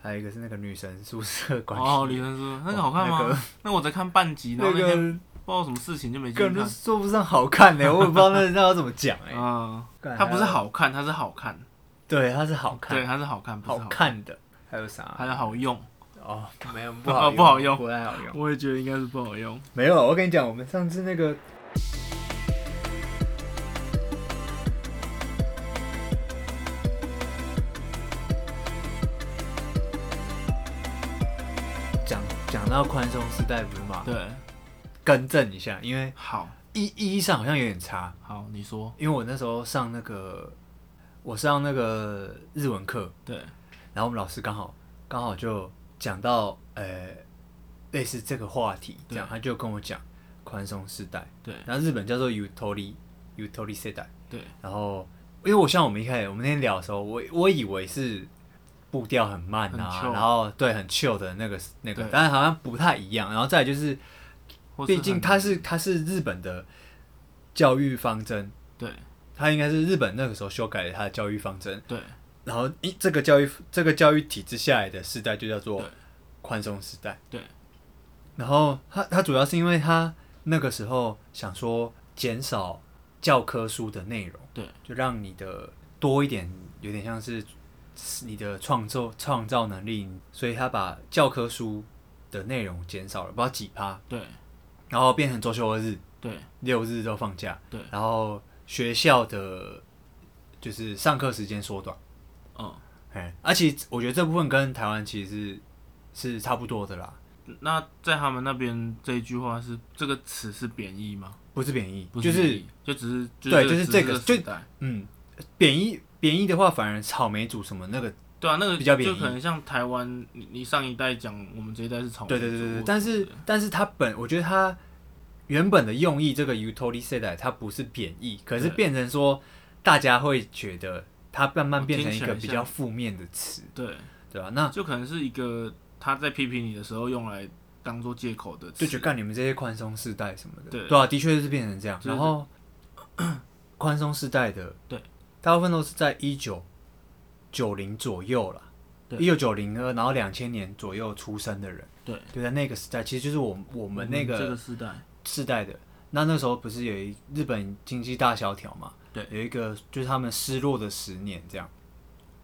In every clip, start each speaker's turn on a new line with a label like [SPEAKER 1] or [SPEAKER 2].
[SPEAKER 1] 还有一个是那个女神宿舍关系，
[SPEAKER 2] 哦，李晨说那个好看
[SPEAKER 1] 哦那
[SPEAKER 2] 吗
[SPEAKER 1] 个？
[SPEAKER 2] 那我在看半集，然
[SPEAKER 1] 那
[SPEAKER 2] 后那天
[SPEAKER 1] 个
[SPEAKER 2] 不知道什么事情就没
[SPEAKER 1] 根
[SPEAKER 2] 去
[SPEAKER 1] 本就
[SPEAKER 2] 看。
[SPEAKER 1] 说不上好看 呢、我也不知道那那要怎么讲哎、
[SPEAKER 2] 嗯，
[SPEAKER 1] 干
[SPEAKER 2] 它不是
[SPEAKER 1] 还有，
[SPEAKER 2] 好看，它是好看，
[SPEAKER 1] 对，它是好看，
[SPEAKER 2] 对，它是好看，不是
[SPEAKER 1] 好
[SPEAKER 2] 好，
[SPEAKER 1] 看的，还有啥？
[SPEAKER 2] 它是好用。
[SPEAKER 1] 哦，没有 不好
[SPEAKER 2] 不好用
[SPEAKER 1] 不太好用。
[SPEAKER 2] 我也觉得应该是不好用。
[SPEAKER 1] 没有，我跟你讲，我们上次那个讲讲到宽松时代，不是嘛？
[SPEAKER 2] 对，
[SPEAKER 1] 更正一下，因为
[SPEAKER 2] 好，
[SPEAKER 1] 意意义上好像有点差，
[SPEAKER 2] 好，你说，
[SPEAKER 1] 因为我那时候上那个我上那个日文课，
[SPEAKER 2] 对，
[SPEAKER 1] 然后我们老师刚好刚好就讲到呃类似这个话题，这样
[SPEAKER 2] 对
[SPEAKER 1] 他就跟我讲宽松世代，
[SPEAKER 2] 对，
[SPEAKER 1] 然后日本叫做 utori utori 世代，
[SPEAKER 2] 对，
[SPEAKER 1] 然后因为我像我们一开始我们那天聊的时候，我我以为是步调很慢啊，
[SPEAKER 2] 很 chill
[SPEAKER 1] 然后对很 chill 的那个那个
[SPEAKER 2] 对，
[SPEAKER 1] 但是好像不太一样，然后再来就是
[SPEAKER 2] 或是
[SPEAKER 1] 毕竟
[SPEAKER 2] 很
[SPEAKER 1] 它是它是日本的教育方针，
[SPEAKER 2] 对
[SPEAKER 1] 它应该是日本那个时候修改了它的教育方针，
[SPEAKER 2] 对
[SPEAKER 1] 然后一这个教育这个教育体制下来的时代就叫做
[SPEAKER 2] 对
[SPEAKER 1] 宽松时代。
[SPEAKER 2] 对，
[SPEAKER 1] 然后他他主要是因为他那个时候想说减少教科书的内容，
[SPEAKER 2] 对，
[SPEAKER 1] 就让你的多一点，有点像是你的创作创造能力，所以他把教科书的内容减少了，不知道几趴，
[SPEAKER 2] 对
[SPEAKER 1] 然后变成周休二日，
[SPEAKER 2] 对
[SPEAKER 1] 六日都放假，
[SPEAKER 2] 对，
[SPEAKER 1] 然后学校的就是上课时间缩短。
[SPEAKER 2] 嗯，
[SPEAKER 1] 哎，而且我觉得这部分跟台湾其实是是差不多的啦，
[SPEAKER 2] 嗯那在他们那边这一句话是这个词是贬义吗？
[SPEAKER 1] 啊不是贬义，
[SPEAKER 2] 不
[SPEAKER 1] 就
[SPEAKER 2] 贬
[SPEAKER 1] 是
[SPEAKER 2] 义就只是
[SPEAKER 1] 对
[SPEAKER 2] 就
[SPEAKER 1] 就是这个
[SPEAKER 2] 只是时代
[SPEAKER 1] 嗯，贬义贬义的话，反而草莓族什么那个，
[SPEAKER 2] 对啊，那个
[SPEAKER 1] 比较贬义
[SPEAKER 2] 就可能像台湾，你你上一代讲我们这一代是草莓
[SPEAKER 1] 对
[SPEAKER 2] 族
[SPEAKER 1] 对对对
[SPEAKER 2] 或
[SPEAKER 1] 对
[SPEAKER 2] 者，
[SPEAKER 1] 但是但是它本我觉得它原本的用意，这个 utoli 世代它不是贬义，可是
[SPEAKER 2] 对
[SPEAKER 1] 变成说大家会觉得它慢慢
[SPEAKER 2] 我
[SPEAKER 1] 变成
[SPEAKER 2] 哦听
[SPEAKER 1] 一
[SPEAKER 2] 起
[SPEAKER 1] 个
[SPEAKER 2] 来
[SPEAKER 1] 比
[SPEAKER 2] 像
[SPEAKER 1] 较负面的词，
[SPEAKER 2] 对，
[SPEAKER 1] 对吧、那
[SPEAKER 2] 就可能是一个他在批评你的时候用来当做借口的词，
[SPEAKER 1] 就觉得干你们这些宽松世代什么的，
[SPEAKER 2] 对
[SPEAKER 1] 啊，的确是变成这样。
[SPEAKER 2] 就是
[SPEAKER 1] 然后 宽松世代的，
[SPEAKER 2] 对，
[SPEAKER 1] 大部分都是在一九九零左右啦，
[SPEAKER 2] 对
[SPEAKER 1] 一九九零然后两千年左右出生的人，
[SPEAKER 2] 对，嗯
[SPEAKER 1] 就在那个时代，其实就是我我
[SPEAKER 2] 我
[SPEAKER 1] 们那
[SPEAKER 2] 这
[SPEAKER 1] 个
[SPEAKER 2] 个时代，
[SPEAKER 1] 世代的。那那时候不是有一日本经济大萧条嘛？
[SPEAKER 2] 对，
[SPEAKER 1] 有一个就是他们失落的十年这样，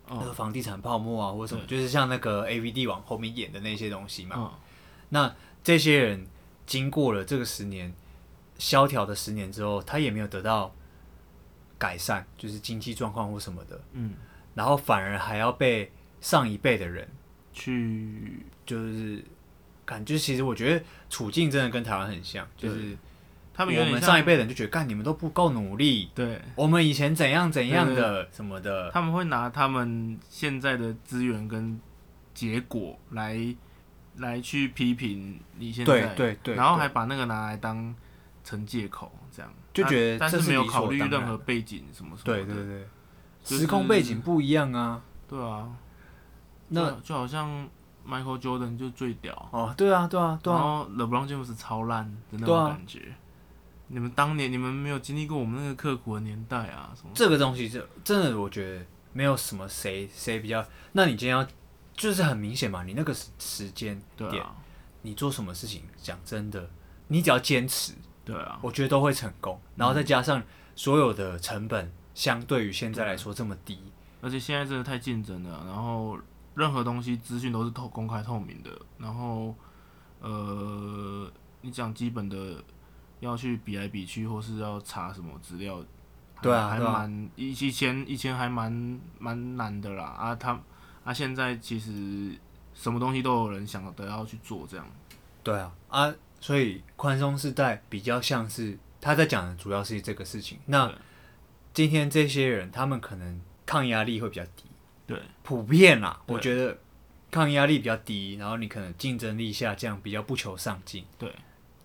[SPEAKER 1] 那
[SPEAKER 2] 哦
[SPEAKER 1] 个房地产泡沫啊，或者什么，就是像那个 A V 帝王后面演的那些东西嘛。
[SPEAKER 2] 哦，
[SPEAKER 1] 那这些人经过了这个十年萧条的十年之后，他也没有得到改善，就是经济状况或什么的，
[SPEAKER 2] 嗯，
[SPEAKER 1] 然后反而还要被上一辈的人，
[SPEAKER 2] 去
[SPEAKER 1] 就是感觉其实我觉得处境真的跟台湾很像，
[SPEAKER 2] 对
[SPEAKER 1] 就是
[SPEAKER 2] 他们有
[SPEAKER 1] 我
[SPEAKER 2] 点
[SPEAKER 1] 们
[SPEAKER 2] 像嗯
[SPEAKER 1] 上一辈人就觉得干你们都不够努力，
[SPEAKER 2] 对，
[SPEAKER 1] 我们以前怎样怎样的什么的，
[SPEAKER 2] 他们会拿他们现在的资源跟结果来来去批评你现在，
[SPEAKER 1] 对对对，
[SPEAKER 2] 然后
[SPEAKER 1] 对
[SPEAKER 2] 还把那个拿来当成借口，这样
[SPEAKER 1] 就
[SPEAKER 2] 他
[SPEAKER 1] 觉得
[SPEAKER 2] 但
[SPEAKER 1] 这是
[SPEAKER 2] 没有
[SPEAKER 1] 理所
[SPEAKER 2] 考虑
[SPEAKER 1] 当然
[SPEAKER 2] 任何
[SPEAKER 1] 的
[SPEAKER 2] 背景什么什么
[SPEAKER 1] 对
[SPEAKER 2] 的，
[SPEAKER 1] 对对，
[SPEAKER 2] 就是
[SPEAKER 1] 时空背景不一样啊，
[SPEAKER 2] 对啊，
[SPEAKER 1] 那
[SPEAKER 2] 就就好像 Michael Jordan 就最屌，
[SPEAKER 1] 哦对啊对啊对
[SPEAKER 2] 然
[SPEAKER 1] 啊，
[SPEAKER 2] 后 LeBron James 超烂的那
[SPEAKER 1] 对
[SPEAKER 2] 种
[SPEAKER 1] 啊
[SPEAKER 2] 感觉。你们当年你们没有经历过我们那个刻苦的年代啊，什么？
[SPEAKER 1] 这个东西就真的，我觉得没有什么谁谁比较。那你今天要就是很明显嘛，你那个时时间
[SPEAKER 2] 对
[SPEAKER 1] 点，
[SPEAKER 2] 啊，
[SPEAKER 1] 你做什么事情，讲真的，你只要坚持，
[SPEAKER 2] 对啊，
[SPEAKER 1] 我觉得都会成功。然后再加上所有的成本，相对于现在来说这么低，
[SPEAKER 2] 而且现在真的太竞争了，然后任何东西资讯都是透公开透明的，然后呃，你讲基本的要去比来比去，或是要查什么资料，还
[SPEAKER 1] 对啊
[SPEAKER 2] 还
[SPEAKER 1] 对啊
[SPEAKER 2] 蛮以以前以前还蛮蛮难的啦啊，他啊现在其实什么东西都有人想得要去做这样，
[SPEAKER 1] 对啊啊，所以宽松世代比较像是他在讲的主要是这个事情。那
[SPEAKER 2] 对
[SPEAKER 1] 今天这些人，他们可能抗压力会比较低。
[SPEAKER 2] 对
[SPEAKER 1] 普遍啦，
[SPEAKER 2] 对
[SPEAKER 1] 我觉得抗压力比较低，然后你可能竞争力下降，比较不求上进，
[SPEAKER 2] 对，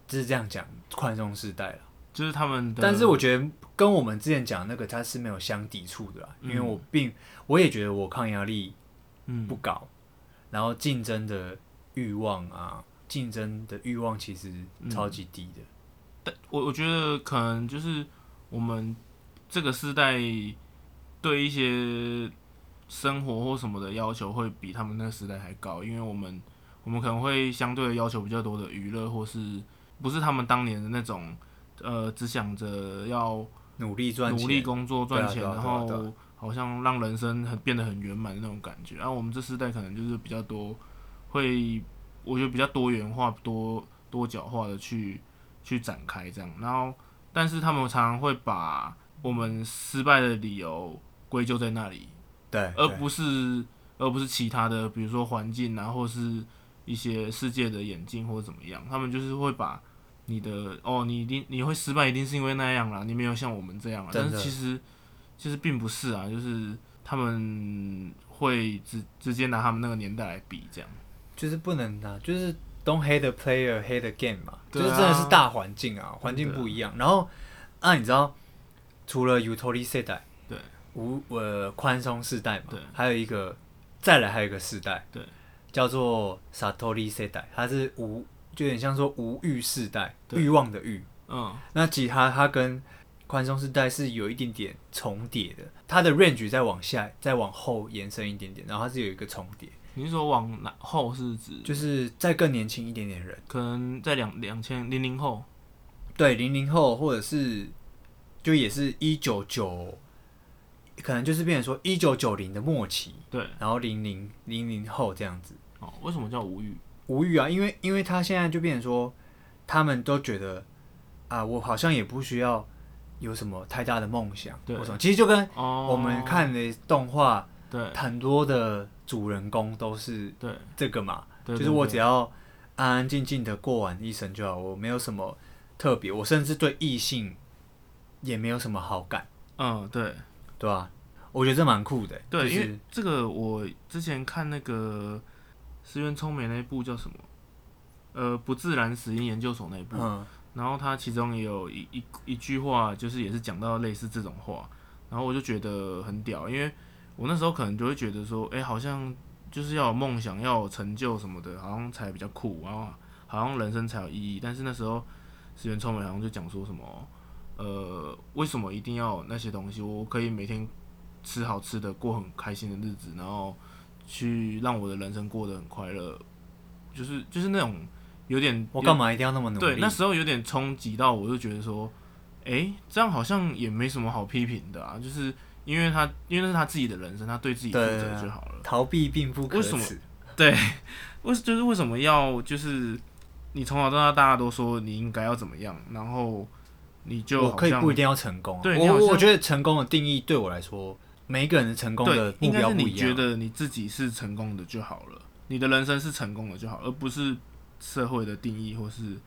[SPEAKER 1] 就是这样讲宽松时代了。
[SPEAKER 2] 就是他们的，
[SPEAKER 1] 但是我觉得跟我们之前讲的那个它是没有相抵触的啦，
[SPEAKER 2] 嗯
[SPEAKER 1] 因为我并我也觉得我抗压力
[SPEAKER 2] 嗯
[SPEAKER 1] 不高，然后竞争的欲望啊，竞争的欲望其实超级低的。
[SPEAKER 2] 嗯但我我觉得可能就是我们这个世代对一些生活或什么的要求会比他们那个时代还高，因为我们我们可能会相对的要求比较多的娱乐，或是不是他们当年的那种呃只想着要
[SPEAKER 1] 努力赚钱，
[SPEAKER 2] 努力工作赚钱，
[SPEAKER 1] 对啊对啊
[SPEAKER 2] 然
[SPEAKER 1] 对啊对
[SPEAKER 2] 后好像让人生很变得很圆满的那种感觉。然、后我们这世代可能就是比较多会，我觉得比较多元化、多多角化的去去展开这样。然后，但是他们常常会把我们失败的理由归咎在那里，
[SPEAKER 1] 对，
[SPEAKER 2] 而
[SPEAKER 1] 对
[SPEAKER 2] 不是而不是其他的，比如说环境啊，或是一些世界的眼镜或者怎么样，他们就是会把你的哦，你一定你会失败，一定是因为那样啦，你没有像我们这样啊。
[SPEAKER 1] 真
[SPEAKER 2] 但
[SPEAKER 1] 的
[SPEAKER 2] 是其实其实并不是啊，就是他们会直直接拿他们那个年代来比这样。
[SPEAKER 1] 就是不能拿，就是 don't hate the player, hate the game 嘛，就
[SPEAKER 2] 对啊
[SPEAKER 1] 是真的是大环境啊，环境不一样。然后啊，你知道除了 u t o l i 世代，
[SPEAKER 2] 对，
[SPEAKER 1] 无呃宽松世代嘛，
[SPEAKER 2] 对
[SPEAKER 1] 还有一个再来还有一个世代，
[SPEAKER 2] 对，
[SPEAKER 1] 叫做 Satori 世代，它是无就有点像说无欲世代，
[SPEAKER 2] 对
[SPEAKER 1] 欲望的欲。
[SPEAKER 2] 嗯，
[SPEAKER 1] 那其他它跟宽松世代是有一点点重叠的，它的 range 再往下再往后延伸一点点，然后它是有一个重叠，
[SPEAKER 2] 你是说往哪后是指
[SPEAKER 1] 就是再更年轻一点点的人。
[SPEAKER 2] 可能在两两千零零后？
[SPEAKER 1] 对零零后，或者是就也是一九九，可能就是变成说一九九零的末期，
[SPEAKER 2] 对
[SPEAKER 1] 然后零零零零后这样子。
[SPEAKER 2] 哦，为什么叫无语？
[SPEAKER 1] 无语啊，因为因为他现在就变成说，他们都觉得啊，我好像也不需要有什么太大的梦想，
[SPEAKER 2] 对
[SPEAKER 1] 或什么。其实就跟
[SPEAKER 2] 哦，
[SPEAKER 1] 我们看的动画，
[SPEAKER 2] 对
[SPEAKER 1] 很多的主人公都是
[SPEAKER 2] 对
[SPEAKER 1] 这个嘛，
[SPEAKER 2] 对，
[SPEAKER 1] 就是我
[SPEAKER 2] 对
[SPEAKER 1] 只要安安静静的过完一生就好，我没有什么特别，我甚至对异性也没有什么好感，
[SPEAKER 2] 嗯对。
[SPEAKER 1] 对吧、我觉得这蛮酷的、
[SPEAKER 2] 对，
[SPEAKER 1] 就
[SPEAKER 2] 因
[SPEAKER 1] 是
[SPEAKER 2] 为这个我之前看那个石原聪美那一部叫什么？呃，不自然死因研究所那一部，
[SPEAKER 1] 嗯，
[SPEAKER 2] 然后他其中也有一一一句话，就是也是讲到类似这种话，然后我就觉得很屌，因为我那时候可能就会觉得说，哎、好像就是要有梦想，要有成就什么的，好像才比较酷，然后好像人生才有意义。但是那时候石原聪美好像就讲说什么，呃，为什么一定要有那些东西？我可以每天吃好吃的，过很开心的日子，然后去让我的人生过得很快乐，就是就是那种有点
[SPEAKER 1] 我干嘛一定要那么努力？
[SPEAKER 2] 对，那时候有点冲击到，我就觉得说，诶，这样好像也没什么好批评的啊，就是因为他，因为那是他自己的人生，他对自己负
[SPEAKER 1] 对啊
[SPEAKER 2] 责就好了。
[SPEAKER 1] 逃避并不可
[SPEAKER 2] 为什么
[SPEAKER 1] 耻，
[SPEAKER 2] 为就是为什么要就是你从小到大大家都说你应该要怎么样，然后你就
[SPEAKER 1] 我
[SPEAKER 2] 好
[SPEAKER 1] 可以
[SPEAKER 2] 像
[SPEAKER 1] 不一定要成功啊、
[SPEAKER 2] 对你好
[SPEAKER 1] 我
[SPEAKER 2] 像
[SPEAKER 1] 我觉得成功的定义对我来说，每一个人的成功的
[SPEAKER 2] 对，
[SPEAKER 1] 目
[SPEAKER 2] 应该
[SPEAKER 1] 标
[SPEAKER 2] 是
[SPEAKER 1] 不
[SPEAKER 2] 你
[SPEAKER 1] 一
[SPEAKER 2] 觉
[SPEAKER 1] 样。啊
[SPEAKER 2] 得你自己是成功的就好了，你的人生是成功的就好，而不是社会的定义或是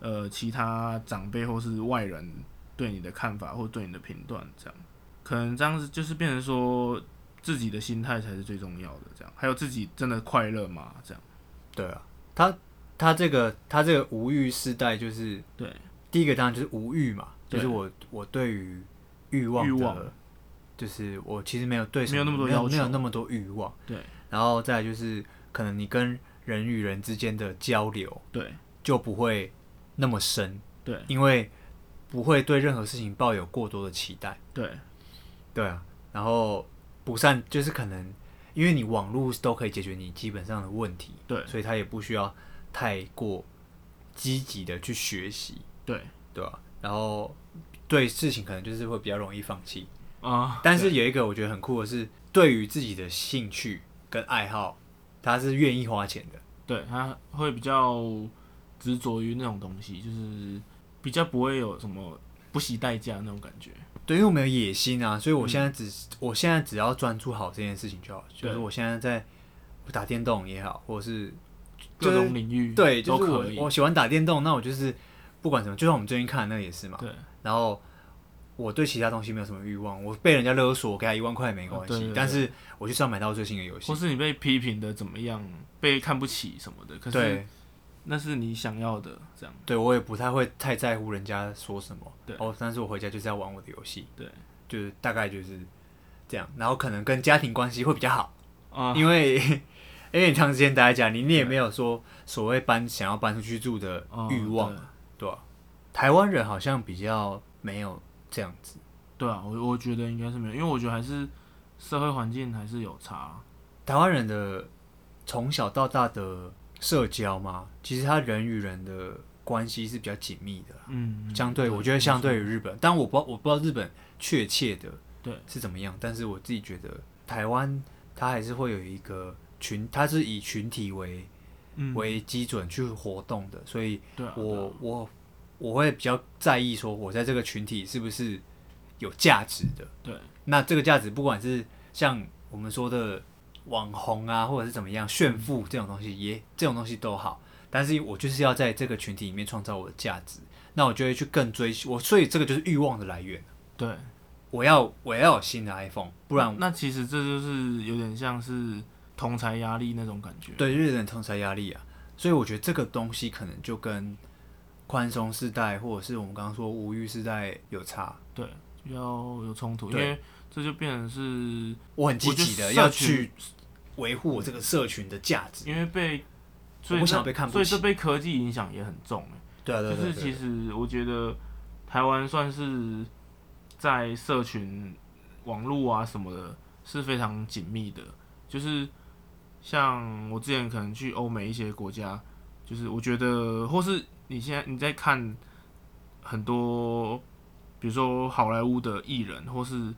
[SPEAKER 2] 呃其他长辈或是外人对你的看法或对你的评断这样，可能这样子就是变成说自己的心态才是最重要的这样，还有自己真的快乐吗？这样
[SPEAKER 1] 对啊，他他这个他这个无欲世代就是
[SPEAKER 2] 对
[SPEAKER 1] 第一个当然就是无欲嘛，
[SPEAKER 2] 对
[SPEAKER 1] 就是我我对于欲望的
[SPEAKER 2] 欲望
[SPEAKER 1] 就是我其实没有对什
[SPEAKER 2] 没有那么多
[SPEAKER 1] 没有
[SPEAKER 2] 要
[SPEAKER 1] 没
[SPEAKER 2] 求
[SPEAKER 1] 有那么多欲望，
[SPEAKER 2] 对
[SPEAKER 1] 然后再来就是可能你跟人与人之间的交流
[SPEAKER 2] 对
[SPEAKER 1] 就不会那么深，
[SPEAKER 2] 对
[SPEAKER 1] 因为不会对任何事情抱有过多的期待，
[SPEAKER 2] 对
[SPEAKER 1] 对啊，然后不善就是可能因为你网络都可以解决你基本上的问题，
[SPEAKER 2] 对
[SPEAKER 1] 所以他也不需要太过积极的去学习，
[SPEAKER 2] 对
[SPEAKER 1] 对吧、然后对事情可能就是会比较容易放弃。
[SPEAKER 2] 啊，
[SPEAKER 1] 但是有一个我觉得很酷的是，对于自己的兴趣跟爱好，他是愿意花钱的。
[SPEAKER 2] 对他会比较执着于那种东西，就是比较不会有什么不惜代价那种感觉。
[SPEAKER 1] 对，因为我没有野心啊，所以我现在只、我现在只要专注好这件事情就好。就是
[SPEAKER 2] 嗯对
[SPEAKER 1] 我现在在打电动也好，或者是
[SPEAKER 2] 各
[SPEAKER 1] 就是
[SPEAKER 2] 种领域
[SPEAKER 1] 对，
[SPEAKER 2] 都
[SPEAKER 1] 就是
[SPEAKER 2] 可以。
[SPEAKER 1] 我我喜欢打电动，那我就是不管什么，就像我们最近看的那个也是嘛。
[SPEAKER 2] 对
[SPEAKER 1] 然后我对其他东西没有什么欲望，我被人家勒索，我给他一万块也没关系，
[SPEAKER 2] 啊对对对
[SPEAKER 1] 但是我就是要买到最新的游戏
[SPEAKER 2] 或。是你被批评的怎么样，被看不起什么的，可是
[SPEAKER 1] 对，
[SPEAKER 2] 那是你想要的，这样
[SPEAKER 1] 对我也不太会太在乎人家说什么。
[SPEAKER 2] 对
[SPEAKER 1] 哦，但是我回家就是要玩我的游戏。
[SPEAKER 2] 对，
[SPEAKER 1] 就是大概就是这样，然后可能跟家庭关系会比较好，
[SPEAKER 2] 啊，
[SPEAKER 1] 因 为因为你长时间待在家里，你也没有说所谓搬想要搬出去住的
[SPEAKER 2] 哦
[SPEAKER 1] 欲望，
[SPEAKER 2] 对啊
[SPEAKER 1] 对吧、台湾人好像比较没有这样子。
[SPEAKER 2] 对啊，我我觉得应该是没有，因为我觉得还是社会环境还是有差。
[SPEAKER 1] 台湾人的从小到大的社交嘛，其实他人与人的关系是比较紧密的，
[SPEAKER 2] 嗯，嗯
[SPEAKER 1] 相对我觉得相对于日本，但我不知道我不知道日本确切的
[SPEAKER 2] 对
[SPEAKER 1] 是怎么样，但是我自己觉得台湾它还是会有一个群，它是以群体为
[SPEAKER 2] 嗯
[SPEAKER 1] 为基准去活动的，所以
[SPEAKER 2] 对啊，对啊
[SPEAKER 1] 我我我会比较在意说我在这个群体是不是有价值的。
[SPEAKER 2] 对，
[SPEAKER 1] 那这个价值不管是像我们说的网红啊，或者是怎么样炫富这种东西也，这种东西都好，但是我就是要在这个群体里面创造我的价值，那我就会去更追求我，所以这个就是欲望的来源。
[SPEAKER 2] 对，
[SPEAKER 1] 我要我要有新的 iPhone，不然
[SPEAKER 2] 那其实这就是有点像是同财压力那种感觉。
[SPEAKER 1] 对日本同财压力啊，所以我觉得这个东西可能就跟宽松世代或者是我们刚刚说无欲世代有差。
[SPEAKER 2] 对，要有冲突，因
[SPEAKER 1] 对
[SPEAKER 2] 为这就变成是
[SPEAKER 1] 我很积极
[SPEAKER 2] 我
[SPEAKER 1] 的
[SPEAKER 2] 觉得
[SPEAKER 1] 要
[SPEAKER 2] 社群
[SPEAKER 1] 去维护我这个社群的价值。
[SPEAKER 2] 因为被，所
[SPEAKER 1] 我
[SPEAKER 2] 以
[SPEAKER 1] 不想
[SPEAKER 2] 这
[SPEAKER 1] 被看不
[SPEAKER 2] 所以
[SPEAKER 1] 起
[SPEAKER 2] 这被科技影响也很重欸。
[SPEAKER 1] 对啊，对啊
[SPEAKER 2] 就
[SPEAKER 1] 对啊
[SPEAKER 2] 是
[SPEAKER 1] 对
[SPEAKER 2] 其
[SPEAKER 1] 啊，
[SPEAKER 2] 实我觉得台湾算是在社群、网络啊什么的是非常紧密的。就是像我之前可能去欧美一些国家，就是我觉得，或是你现在你在看很多，比如说好莱坞的艺人或是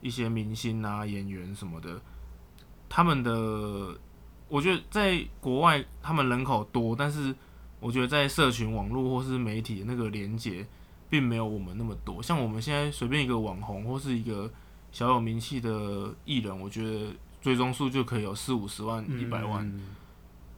[SPEAKER 2] 一些明星啊、演员什么的，他们的。我觉得在国外，他们人口多，但是我觉得在社群网络或是媒体的那个连接，并没有我们那么多。像我们现在随便一个网红或是一个小有名气的艺人，我觉得追踪数就可以有四五十万、一百万。
[SPEAKER 1] 嗯。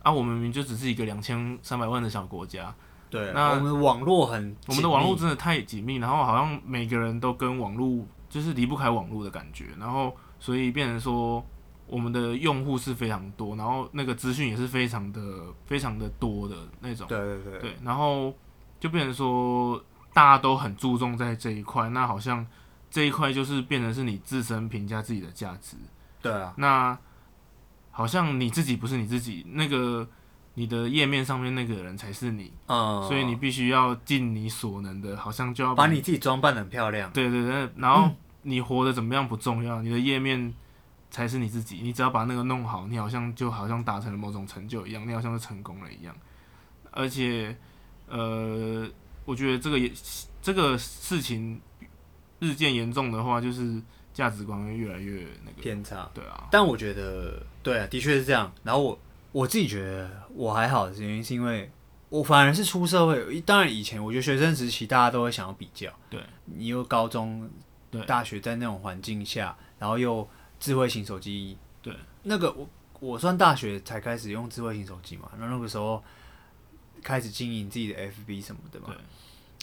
[SPEAKER 2] 啊，我们明明就只是一个两千三百万的小国家，
[SPEAKER 1] 对啊，
[SPEAKER 2] 那
[SPEAKER 1] 我们网络很紧密，
[SPEAKER 2] 我们的网络真的太紧密，然后好像每个人都跟网络就是离不开网络的感觉，然后所以变成说我们的用户是非常多，然后那个资讯也是非常的非常的多的那种。
[SPEAKER 1] 对对对，
[SPEAKER 2] 对，然后就变成说大家都很注重在这一块，那好像这一块就是变成是你自身评价自己的价值。
[SPEAKER 1] 对啊，
[SPEAKER 2] 那好像你自己不是你自己，那个你的页面上面那个人才是你，
[SPEAKER 1] 嗯，
[SPEAKER 2] 所以你必须要尽你所能的，好像就要
[SPEAKER 1] 把你嗯自己装扮得很漂亮，
[SPEAKER 2] 对对对，然后你活得怎么样不重要，你的页面。才是你自己，你只要把那个弄好，你好像就好像达成了某种成就一样，你好像是成功了一样。而且，呃，我觉得这个也这个事情日渐严重的话，就是价值观会越来越那个。
[SPEAKER 1] 偏差。
[SPEAKER 2] 对啊，
[SPEAKER 1] 但我觉得，对啊，的确是这样。然后我我自己觉得我还好的原因是因为我反而是出社会，当然以前我觉得学生时期大家都会想要比较，
[SPEAKER 2] 对，
[SPEAKER 1] 你又高中、
[SPEAKER 2] 对
[SPEAKER 1] 大学在那种环境下，然后又智慧型手机，
[SPEAKER 2] 对，
[SPEAKER 1] 那个我我算大学才开始用智慧型手机嘛，那那个时候开始经营自己的 FB 什么的嘛
[SPEAKER 2] 对，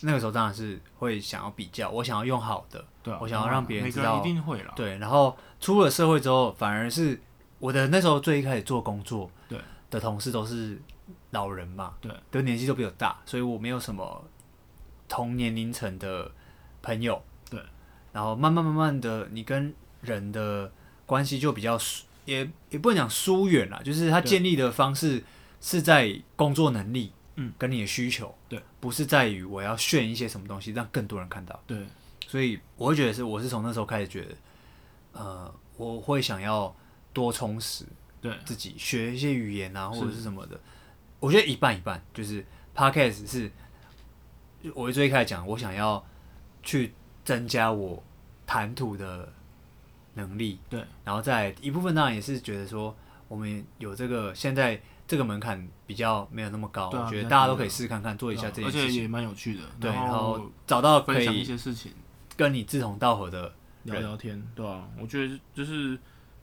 [SPEAKER 1] 那个时候当然是会想要比较，我想要用好的。
[SPEAKER 2] 对啊，
[SPEAKER 1] 我想要让别人
[SPEAKER 2] 每
[SPEAKER 1] 知
[SPEAKER 2] 个
[SPEAKER 1] 道
[SPEAKER 2] 人一定会啦。
[SPEAKER 1] 对，然后出了社会之后，反而是我的那时候最一开始做工作，
[SPEAKER 2] 对
[SPEAKER 1] 的同事都是老人嘛，
[SPEAKER 2] 对，
[SPEAKER 1] 都年纪都比我大，所以我没有什么同年龄层的朋友，
[SPEAKER 2] 对，
[SPEAKER 1] 然后慢慢慢慢的，你跟人的关系就比较疏，也也不能讲疏远啦，就是他
[SPEAKER 2] 对
[SPEAKER 1] 建立的方式是在工作能力，
[SPEAKER 2] 嗯，
[SPEAKER 1] 跟你的需求，
[SPEAKER 2] 对，
[SPEAKER 1] 不是在于我要炫一些什么东西让更多人看到。
[SPEAKER 2] 对
[SPEAKER 1] 所以我会觉得是，我是从那时候开始觉得，呃，我会想要多充实
[SPEAKER 2] 对
[SPEAKER 1] 自己，学一些语言啊，
[SPEAKER 2] 是
[SPEAKER 1] 或者是什么的。我觉得一半一半，就是 podcast 是，我最开始讲，我想要去增加我谈吐的能力，
[SPEAKER 2] 对
[SPEAKER 1] 然后再一部分当然也是觉得说，我们有这个现在这个门槛比较没有那么高，
[SPEAKER 2] 对啊
[SPEAKER 1] 我觉
[SPEAKER 2] 比
[SPEAKER 1] 得
[SPEAKER 2] 较
[SPEAKER 1] 大家都
[SPEAKER 2] 低
[SPEAKER 1] 可以
[SPEAKER 2] 了啊
[SPEAKER 1] 试看看，做一下这
[SPEAKER 2] 而
[SPEAKER 1] 件
[SPEAKER 2] 且
[SPEAKER 1] 事情，
[SPEAKER 2] 也蛮有趣的。
[SPEAKER 1] 对，然
[SPEAKER 2] 后
[SPEAKER 1] 后找到可
[SPEAKER 2] 分享一
[SPEAKER 1] 以
[SPEAKER 2] 些事情。
[SPEAKER 1] 跟你志同道合的
[SPEAKER 2] 聊聊天，对啊？我觉得就是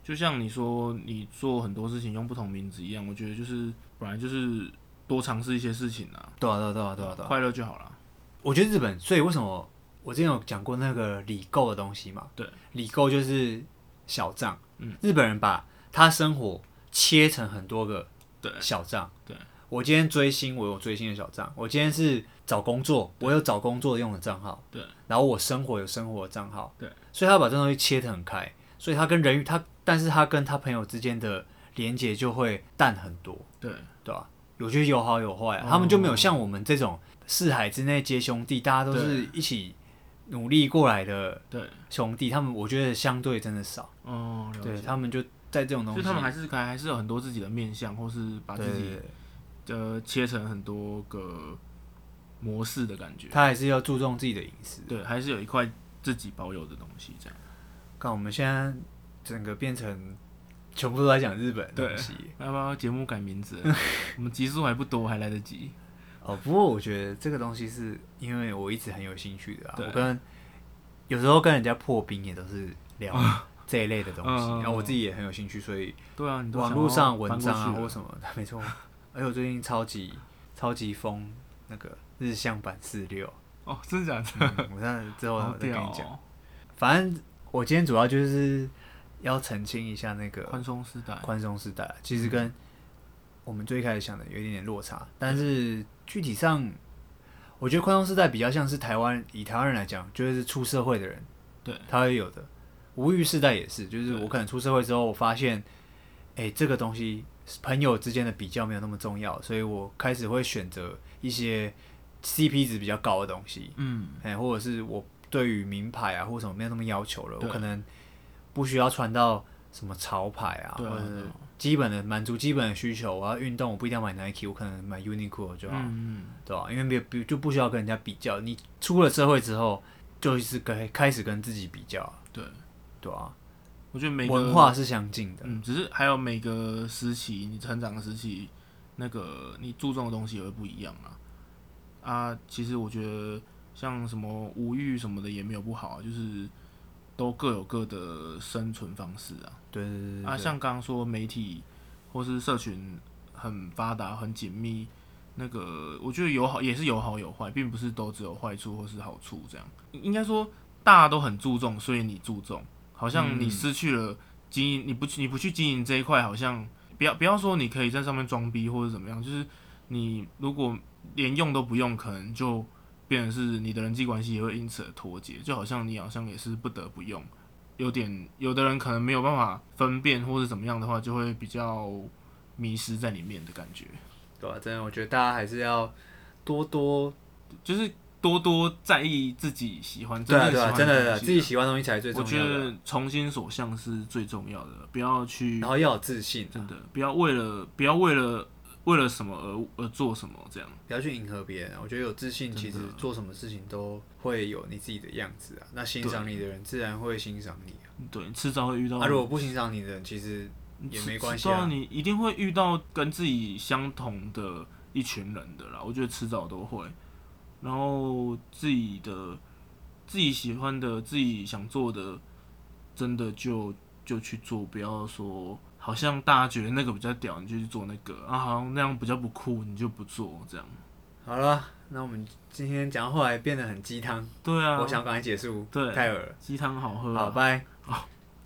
[SPEAKER 2] 就像你说，你做很多事情用不同名字一样，我觉得就是本来就是多尝试一些事情啊，
[SPEAKER 1] 对啊，对啊，对啊，对啊，对啊。
[SPEAKER 2] 快乐就好了。
[SPEAKER 1] 我觉得日本，所以为什么我之前有讲过那个理购的东西嘛？
[SPEAKER 2] 对，
[SPEAKER 1] 理购就是小账。
[SPEAKER 2] 嗯，
[SPEAKER 1] 日本人把他生活切成很多个
[SPEAKER 2] 对
[SPEAKER 1] 小账。
[SPEAKER 2] 对，
[SPEAKER 1] 我今天追星，我有追星的小账；我今天是找工作，我有找工作用的账号。
[SPEAKER 2] 对，
[SPEAKER 1] 然后我生活有生活的账号。
[SPEAKER 2] 对，
[SPEAKER 1] 所以他把这东西切得很开，所以他跟人与他，但是他跟他朋友之间的连接就会淡很多。
[SPEAKER 2] 对
[SPEAKER 1] 对吧、有些有好有坏、啊
[SPEAKER 2] 哦
[SPEAKER 1] 他们就没有像我们这种四海之内皆兄弟，大家都是一起努力过来的
[SPEAKER 2] 对，
[SPEAKER 1] 兄弟，他们我觉得相对真的少，
[SPEAKER 2] 哦，了
[SPEAKER 1] 对
[SPEAKER 2] 解。
[SPEAKER 1] 他们就在这种东
[SPEAKER 2] 就
[SPEAKER 1] 西，
[SPEAKER 2] 他们还是还还是有很多自己的面相，或是把
[SPEAKER 1] 对
[SPEAKER 2] 自
[SPEAKER 1] 对
[SPEAKER 2] 己
[SPEAKER 1] 对
[SPEAKER 2] 呃切成很多个模式的感觉。
[SPEAKER 1] 他还是要注重自己的隐私。
[SPEAKER 2] 对，还是有一块自己保有的东西这样。
[SPEAKER 1] 看我们现在整个变成全部都在讲日本的东西
[SPEAKER 2] 那要不要节目改名字？ 我们集数还不多，还来得及。
[SPEAKER 1] 哦。不过我觉得这个东西是因为我一直很有兴趣的、啊，
[SPEAKER 2] 对
[SPEAKER 1] 我跟有时候跟人家破冰也都是聊 这一类的东西，
[SPEAKER 2] 嗯嗯嗯
[SPEAKER 1] 然后我自己也很有兴趣，所以
[SPEAKER 2] 对啊，你都
[SPEAKER 1] 网
[SPEAKER 2] 想
[SPEAKER 1] 络
[SPEAKER 2] 要
[SPEAKER 1] 上文
[SPEAKER 2] 搬
[SPEAKER 1] 章
[SPEAKER 2] 过
[SPEAKER 1] 啊
[SPEAKER 2] 去
[SPEAKER 1] 或
[SPEAKER 2] 了
[SPEAKER 1] 什么的， 没错。而且我最近超级超级疯那个日向版四六，
[SPEAKER 2] 哦，真的假的？
[SPEAKER 1] 嗯我那之后
[SPEAKER 2] 好
[SPEAKER 1] 再跟
[SPEAKER 2] 屌
[SPEAKER 1] 你讲。
[SPEAKER 2] 哦！
[SPEAKER 1] 反正我今天主要就是要澄清一下那个
[SPEAKER 2] 宽松时代，嗯
[SPEAKER 1] 宽松时代，啊其实跟我们最开始想的有一点点落差，但是具体上，我觉得宽松时代比较像是台湾以台湾人来讲，就是出社会的人
[SPEAKER 2] 对
[SPEAKER 1] 他会有的，无欲世代也是，就是
[SPEAKER 2] 对
[SPEAKER 1] 我可能出社会之后，我发现，哎、这个东西朋友之间的比较没有那么重要，所以我开始会选择一些 CP 值比较高的东西，
[SPEAKER 2] 嗯，
[SPEAKER 1] 哎、或者是我对于名牌啊或什么没有那么要求了，我
[SPEAKER 2] 对
[SPEAKER 1] 可能不需要穿到什么潮牌啊，
[SPEAKER 2] 对啊
[SPEAKER 1] 或者
[SPEAKER 2] 对
[SPEAKER 1] 是
[SPEAKER 2] 啊
[SPEAKER 1] 基本的满足基本的需求。我要运动，我不一定要买 Nike，我可能买 Uniqlo 就好，
[SPEAKER 2] 嗯嗯，
[SPEAKER 1] 对吧、啊因为没有不就不需要跟人家比较。你出了社会之后，就是跟开始跟自己比较，啊
[SPEAKER 2] 对，
[SPEAKER 1] 对吧、
[SPEAKER 2] 我觉得每个
[SPEAKER 1] 文化是相近的，
[SPEAKER 2] 嗯，只是还有每个时期，你成长的时期，那个你注重的东西也会不一样啊。啊，其实我觉得像什么无欲什么的也没有不好啊，就是都各有各的生存方式啊。
[SPEAKER 1] 对对对对
[SPEAKER 2] 啊，
[SPEAKER 1] 对
[SPEAKER 2] 像刚刚说媒体或是社群很发达、很紧密，那个我觉得有好也是有好有坏，并不是都只有坏处或是好处这样。应应该说大家都很注重，所以你注重，好像你
[SPEAKER 1] 嗯
[SPEAKER 2] 失去了经营，你不去你不去经营这一块，好像不要不要说你可以在上面装逼或者怎么样，就是你如果连用都不用，可能就变成是你的人际关系也会因此而脱节，就好像你好像也是不得不用。有点，有的人可能没有办法分辨或者怎么样的话，就会比较迷失在里面的感觉，
[SPEAKER 1] 对吧、真的，我觉得大家还是要多多
[SPEAKER 2] 就是多多在意自己喜欢，
[SPEAKER 1] 对啊
[SPEAKER 2] 正
[SPEAKER 1] 对啊，
[SPEAKER 2] 喜
[SPEAKER 1] 真
[SPEAKER 2] 欢
[SPEAKER 1] 的
[SPEAKER 2] 的
[SPEAKER 1] 自己喜欢的东西才是最
[SPEAKER 2] 我
[SPEAKER 1] 重
[SPEAKER 2] 觉
[SPEAKER 1] 要的啊，
[SPEAKER 2] 得从心所向是最重要的，不要去
[SPEAKER 1] 然后要有自信啊，
[SPEAKER 2] 真的不要为了不要为了为了什么而而做什么这样。
[SPEAKER 1] 不要去迎合别人啊，我觉得有自信，其实做什么事情都会有你自己的样子啊。那欣赏你的人，自然会欣赏你啊。
[SPEAKER 2] 对，迟早会遇到
[SPEAKER 1] 啊，如果不欣赏你的人，其实也没关系
[SPEAKER 2] 迟早
[SPEAKER 1] 啊。
[SPEAKER 2] 你一定会遇到跟自己相同的一群人的啦，我觉得迟早都会。然后自己的自己喜欢的、自己想做的，真的就就去做，不要说好像大家觉得那个比较屌，你就去做那个啊，好像那样比较不酷，你就不做这样。
[SPEAKER 1] 好了，那我们今天讲到后来变得很鸡汤，
[SPEAKER 2] 对啊，
[SPEAKER 1] 我想赶快结束。
[SPEAKER 2] 对
[SPEAKER 1] 太恶了。
[SPEAKER 2] 鸡汤好喝、
[SPEAKER 1] 好，
[SPEAKER 2] 啊，
[SPEAKER 1] 拜。